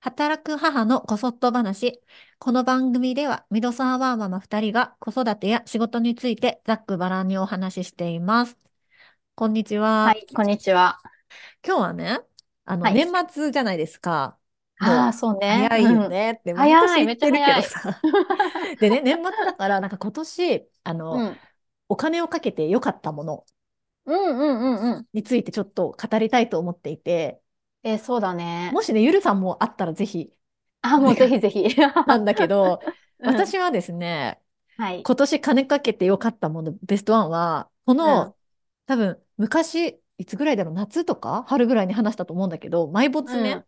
働く母のこそっと話。この番組では、ミドサーバーママ2人が子育てや仕事についてざっくばらんにお話ししています。こんにちは。はい、こんにちは。今日はね、あの、はい年末じゃないですか。ああ、そうね。早いよねって、ん毎早年い言ってるけどさ。うでね、年末だから、なんか今年、あ の、ん。うん。お金をかけて良かったものうんうんうんうん。についてちょっと語りたいと思っていて、えー、そうだね。もしね、ゆるさんもあったらぜひあ、もうぜひぜひ。なんだけど、 うん、私はですね、はい。今年金かけて良かったもの、ベストワンは、この、うん多分、昔、いつぐらいだろう、夏とか春ぐらいに話したと思うんだけど、埋没うんね、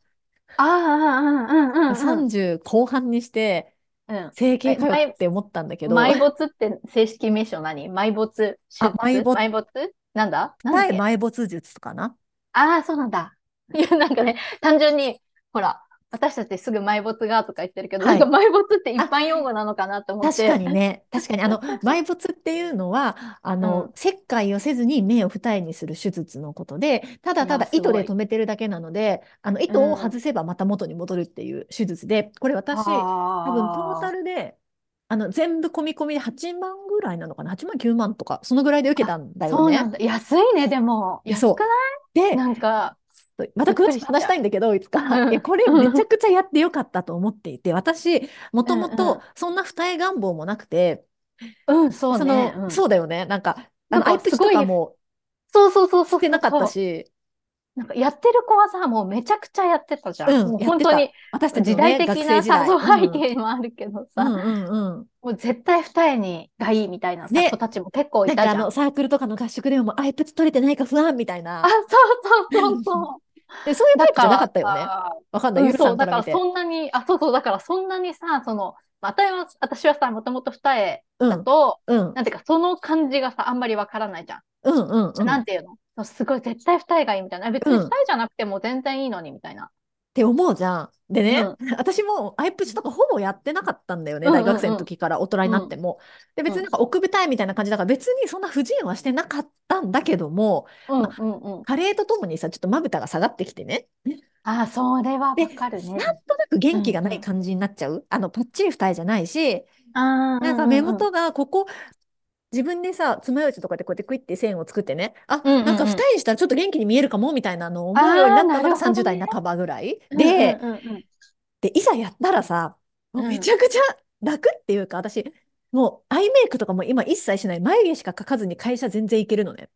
ああ、うんうんうんうん。 30後半にして、うん。整形か埋よ埋って思ったんだけど、埋没って正式名称何埋没手術あ埋没埋没なんだなんだっ対け埋没術かなああ、そうな んだ。いや、なんかね、単純に、ほら、私たちすぐ埋没がとか言ってるけど、はいなんか埋没って一般用語なのかなと思っ確て。かにね、確かに、あ の、埋没っていうのは、あのう、ん切開をせずに目を二重にする手術のことで、ただただいやす糸ごいで止めてるだけなので、あの、糸を外せばまた元に戻るっていう手術で、これ私、多多分トータルで、あの、全部込み込みで8万ぐらいなのかな ?8 万9万とか、そのぐらいで受けたんだそようなねん。だ。安いね、でも。いやそう安くないで、なんか、またびっく詳りししくた話したいんだけど、いつか。うんいや、これめちゃくちゃやってよかったと思っていて、私、もともうんうとんそんな二重願望もなくて、うん、そうそね。の、うんそうだよね。なんか、あなんの、かアイプチすごといかもそうそうそうそしうてなかったそう。し、なんかやってる子はさ、もうめちゃくちゃやってたじゃん。うんもうやっ本てた当に私たちの時ね、代学的生な時さ、代。そううん背景もあるけどうさ、んうんうん。もう絶対二重にがいいみたいなさ、ね子たちも結構いなんたじかゃあん。の、サークルとかの合宿でも、アイプチ取れてないか不安みたいなあ、。そうそうそうそう。で、そういうタだイプじゃかならかったよね。さわかんなうい。んゆるそさうんだかから見て。らそんなに、あ、そうそう、だからそんなにさ、その、まあ私は、私はさ、もともと二重うだん、と、うん、なんていうか、その感じがさ、あんまりわからないじゃん。うん、うん、うん。なっんていうのそうすごい絶対二重がいいみたいな別にうん二重じゃなくても全然いいのにみたいな、て思うじゃん。でね、う私もアイプチとかほぼやってなかったんだよね。うんうん大うん学生の時から大人になっても。で、別になんか奥舞台みたいな感じだから、別にそんな不自由はしてなかったんだけども、うんうんうん加齢とともにさ、ちょっとまぶたが下がってきてね。ああそれはわで、かるなねんとなく元気がない感じになっちゃう。あの、パッチリ二重じゃないし、あなんか目元がここ、自分でさ、爪楊枝とかでこうやってクイって線を作ってね、あ、うんうんうんなんか二重にしたらちょっと元気に見えるかもみたいなのを思うようになったのがあーなるほ30ど代ね半ばぐらい。うんうんで、うんうんで、いざやったらさ、もううんめちゃくちゃ楽っていうか、私、もうアイメイクとかも今一切しない、眉毛しか描かずに会社全然いけるのね。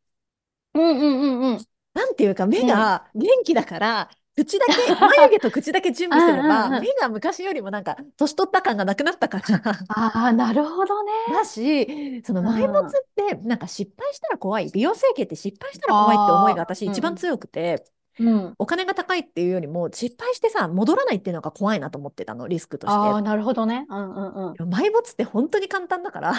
うんうんうんうんなんていうか、目が元気だから、口だ け、眉毛と口だけ準備すれば、うんうんうん目が昔よりもなんか、年取った感がなくなったから。ああなるほどねだし、そのうん埋没って、なんか失敗したら怖い、美容整形って失敗したら怖いって思いが私あー一番強くて、うんお金が高いっていうよりも、失敗してさ、戻らないっていうのが怖いなと思ってたの、リスクとしああて。なるほどねうんうんうんでも埋没って本当に簡単だから、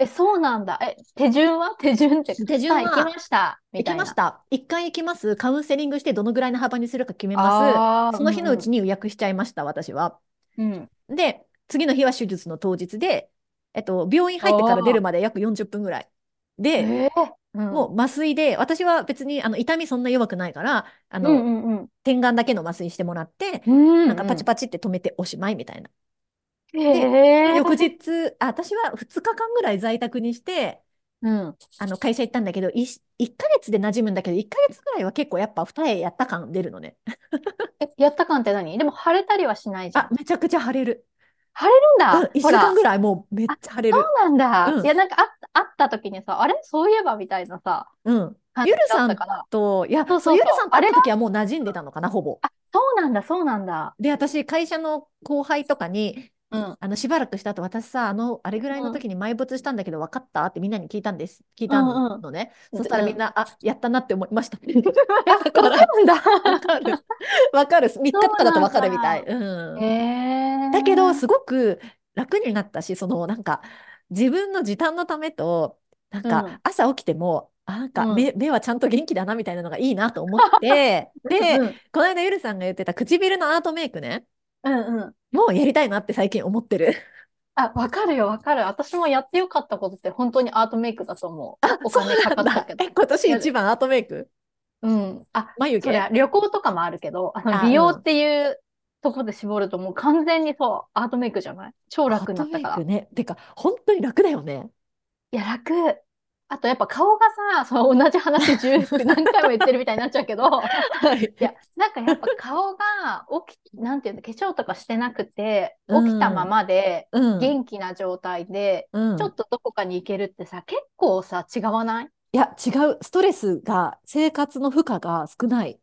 えそうなんだえ手順は手順って手順ははい行きましたみ行たきいまなした。一回行きます。カウンセリングしてどのぐらいの幅にするか決めまあす。あその日のうちに予約しちゃいました、私は。うんうんで、次の日は手術の当日で、えっと、病院入ってから出るまで約40分ぐらい。えで、えうんもう麻酔で、私は別にあの痛みそんな弱くないから、あうんの、うんうん点眼だけの麻酔してもらって、うんなんかパチパチって止めておしまいみたいな。チええ翌日、あ、私は2日間ぐらい在宅にして、うんあの会社行ったんだけど、い1ヶ月で馴染むんだけど、1ヶ月ぐらいは結構やっぱ二重やった感出るのね。え、やった感って何でも腫れたりはしないじゃん。あ、めちゃくちゃ腫れる。腫れるんだ。うん、1週ほら間ぐらいもうめっちゃ腫れる。そうなんだ。うんいや、なんかああった時にさ、あれそういえばみたいなさ、うん。感じゆるださっんたから。と、いや、そうそうそうゆるさんとあ会っれたが時はもう馴染んでたのかな、ほぼ。あ、そうなんだ、そうなんだ。で、私、会社の後輩とかに、うん。あの、しばらくした後、私さ、あの、あれぐらいの時に埋没したんだけど、分かったってみんなに聞いたんです。聞いたうんのね。そしたらみんな、あ、やったなって思いました。 あ、わかるん だ。わかる。わかる。3日とかだとわかるみたい。うん。えー。だけど、すごく楽になったし、その、なんか、自分の時短のためと、なんうかん、朝起きても、あ、なんかうん目、目はちゃんと元気だなみたいなのがいいなと思って、で、 うんこの間ゆるさんが言ってた唇のアートメイクね、うんうん。もうやりたいなって最近思って る。あ、わかるよ、わかる。私もやってよかったことって本当にアートメイクだと思う。お金かかったけ ど。え、今年一番アートメイクうん。あ、眉そり毛ゃ旅行とかもあるけど、ああの美容っていうとこで絞るともう完全にそう、アートメイクじゃない超ハー楽にトなったメイかクら。ね。てか、本当に楽だよね。いや、楽。あとやっぱ顔がさ、 そう同じ話10何回も言ってるみたいになっちゃ うけど、はいや、なんかやっぱ顔が起き、なんていうの、化粧とかしてなくて、うん起きたままで、うん。元気な状態で、うん。ちょっとどこかに行けるってさ、結構さ、違わないいや、違う。ストレスが、生活の負荷が少ない。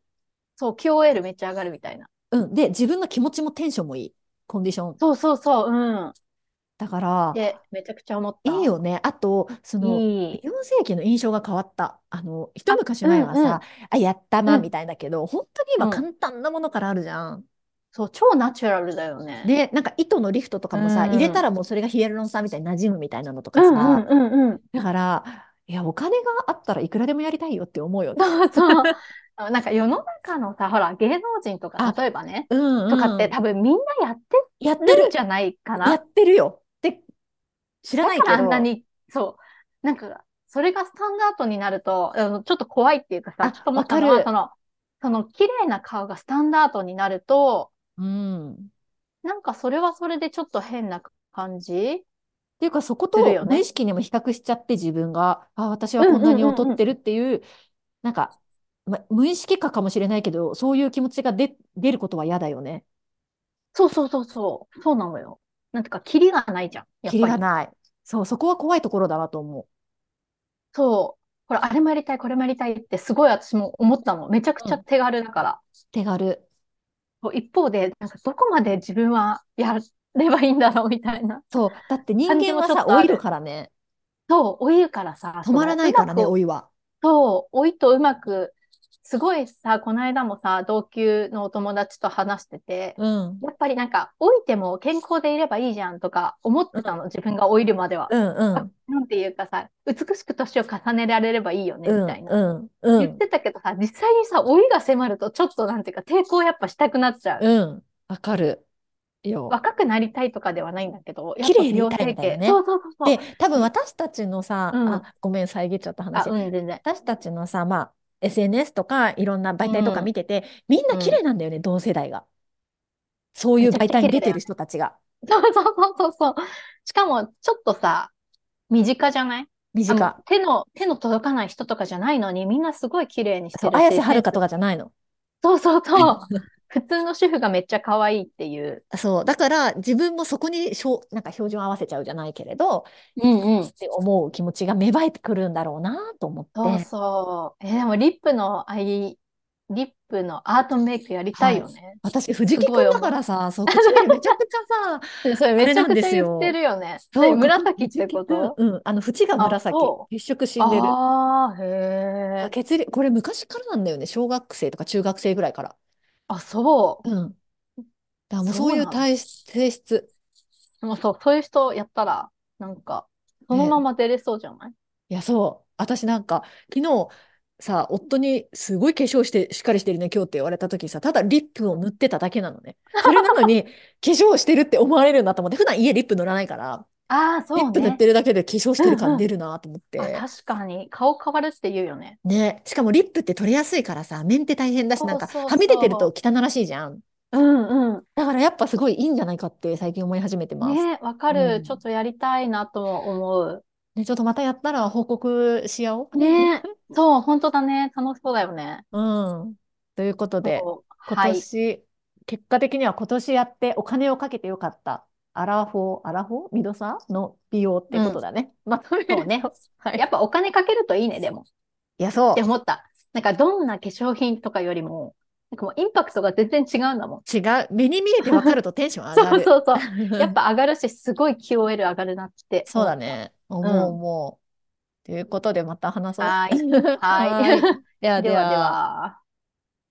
そう、QOL めっちゃ上がるみたいな。うん。で、自分の気持ちもテンションもいい。コンディション。そうそうそう、うん。だから、で、めちゃくちゃ思った。いいよね。あと、その、いい。 4世紀の印象が変わった。あの、一昔前はさ、あ、やったな、うんみたいだけど、本当に今うん簡単なものからあるじゃん。そう、超ナチュラルだよね。ね、なんか糸のリフトとかもさ、うん入れたらもうそれがヒアルロン酸みたいに馴染むみたいなのとうかんさ、うんうんうん。だから、いや、お金があったらいくらでもやりたいよって思うよね。 そうそう。なんか世の中のさ、ほら、芸能人とあか、例えばね、うんとかっうてん。多分みんなやってやってるんる、じゃないかやな。ってるよって知らないだからけあんなど、に、そう、なんか、それがスタンダードになると、あのちょっと怖いっていうかあさ、ちょっと思ったのわかは、るその、その綺麗な顔がスタンダードになると、うん。っなんかそれはそれでちょっと変な感じていうか、そこするとよ無ね意識にも比較しちゃって自分が、あ、私はこんなに劣ってるっていう、なんか、ま、無意識化かもしれないけど、そういう気持ちが出、出ることは嫌だよね。そうそうそうそう、そうなのよ。なんていうか、キリがないじゃん、やっキリぱがり。ない。そう、そこは怖いところだなと思そう。ほら、あれもやりたい、これもやりたいって、すごい私も思ったの。めちゃくちゃ手軽だから。う。手軽。そう一方で、なんかどこまで自分はやればいいんだろうみたいな。そう。だって人感じ間もはちょっさ、とあ老いるるからね。そう、老いるからさ、止まらないからね、そのうま老く、いは。そう、老いとうまく、すごいさ、この間もさ、同級のお友達と話してて、うん。やっぱりなんか、老いても健康でいればいいじゃんとか思ってたの、自分が老いるまでは。うんうん。なんていうかさ、美しく年を重ねられればいいよね、うみんたいな。うんう言っんてたけどさ、実際にさ、老いが迫ると、ちょっとなんていうか、抵抗やっぱしたくなっちゃう。うんわかるよ。若くなりたいとかではないんだけど、やっ綺ぱ麗美でい容たいみ整たいな形。ね。そうそうそうそう。で、多分私たちのさ、うん。あ、ごめん、遮っちゃったあ、話。うん、全然。私たちのさ、まあ、SNS とかいろんな媒体とかうん見てて、みんなう綺ん。麗なんだよね、同世代が。そういめうちゃく媒ちゃ体綺に麗出だてよるね。人たちがそうそうそうそうそう。しかも、ちょっとさ、身近じゃない身あの、近。手の、手の届かない人とかじゃないのに、みんなすごい綺麗にしそてう、る綾し、瀬はるかとセかンスじゃないの。そうそうそう。普通の主婦がめっちゃ可愛いっていう。そう、だから自分もそこにしょう、なんか標準を合わせちゃうじゃないけれど、うんうん。って思う気持ちが芽生えてくるんだろうなと思っそうて。そう。えー、でも、リップのアイ、リップのアートメイクやりたいよね。私、藤す木ごくいんだ思かう。らさ、そう、唇めちゃくちゃ さ、でそれあめれちゃなんくでちゃす言ってよ。るよね。そえ、う、ここ紫ってこうんとうん、あの、縁があ、紫、そ血色う。死んでる。ああ、へえ。血流、これ昔からなんだよね、小学生とか中学生ぐらいから。あ、そう。うん。だからもうそそうういうなんだ。体質、性質、もうそう、そういう人やったら、なんか、そのね。まま出れそうじゃないいや、そう。私なんか、昨日、さ、夫にすごい化粧して、しっかりしてるね、今日って言われた時にさ、ただリップを塗ってただけなのね。それなの に、化粧してるって思われるんだと思って、普段家リップ塗らないから、ああ、リそッうプ塗っね。てるだけで化粧しうてる感んう出ん。るなと思っあ、て。確かに。顔変わるって言うよね。ね。しかもリップって取れやすいからさ、面って大変だし、なんそうか、そうはみ出てるとそ汚らしいじゃん。う。うんうだからやっぱすごいいいんじゃないかって最近思い始めてん。ます。ねえ、わかうる。ちょっん。とやりたいなとも思う。ね、ちょっとまたやったら報告し合おう。ねえ、そう、本当だね。楽しそうだよね。うん。ということで、そう、今はい。年、結果的には今年やってお金をかけてよかった、アラフォー、アラフォーミドサーの美容ってうことん。だね。まとめそうるね。と。 はやっい。ぱお金かけるといいね、でも。っいや、てそ思った。なんか、どんな化粧品とかよりも、なんかもうインパクトが全然違うんだもん。う。違う。目に見えてわかるとテンション上がそうる。そうそう。やっぱ上がるし、すごい QOL 上がるなってそう思だった。ね。思うう、ん。思う。ということで、また話そはーい。う。ははーい。ーい。ではでではでは。は。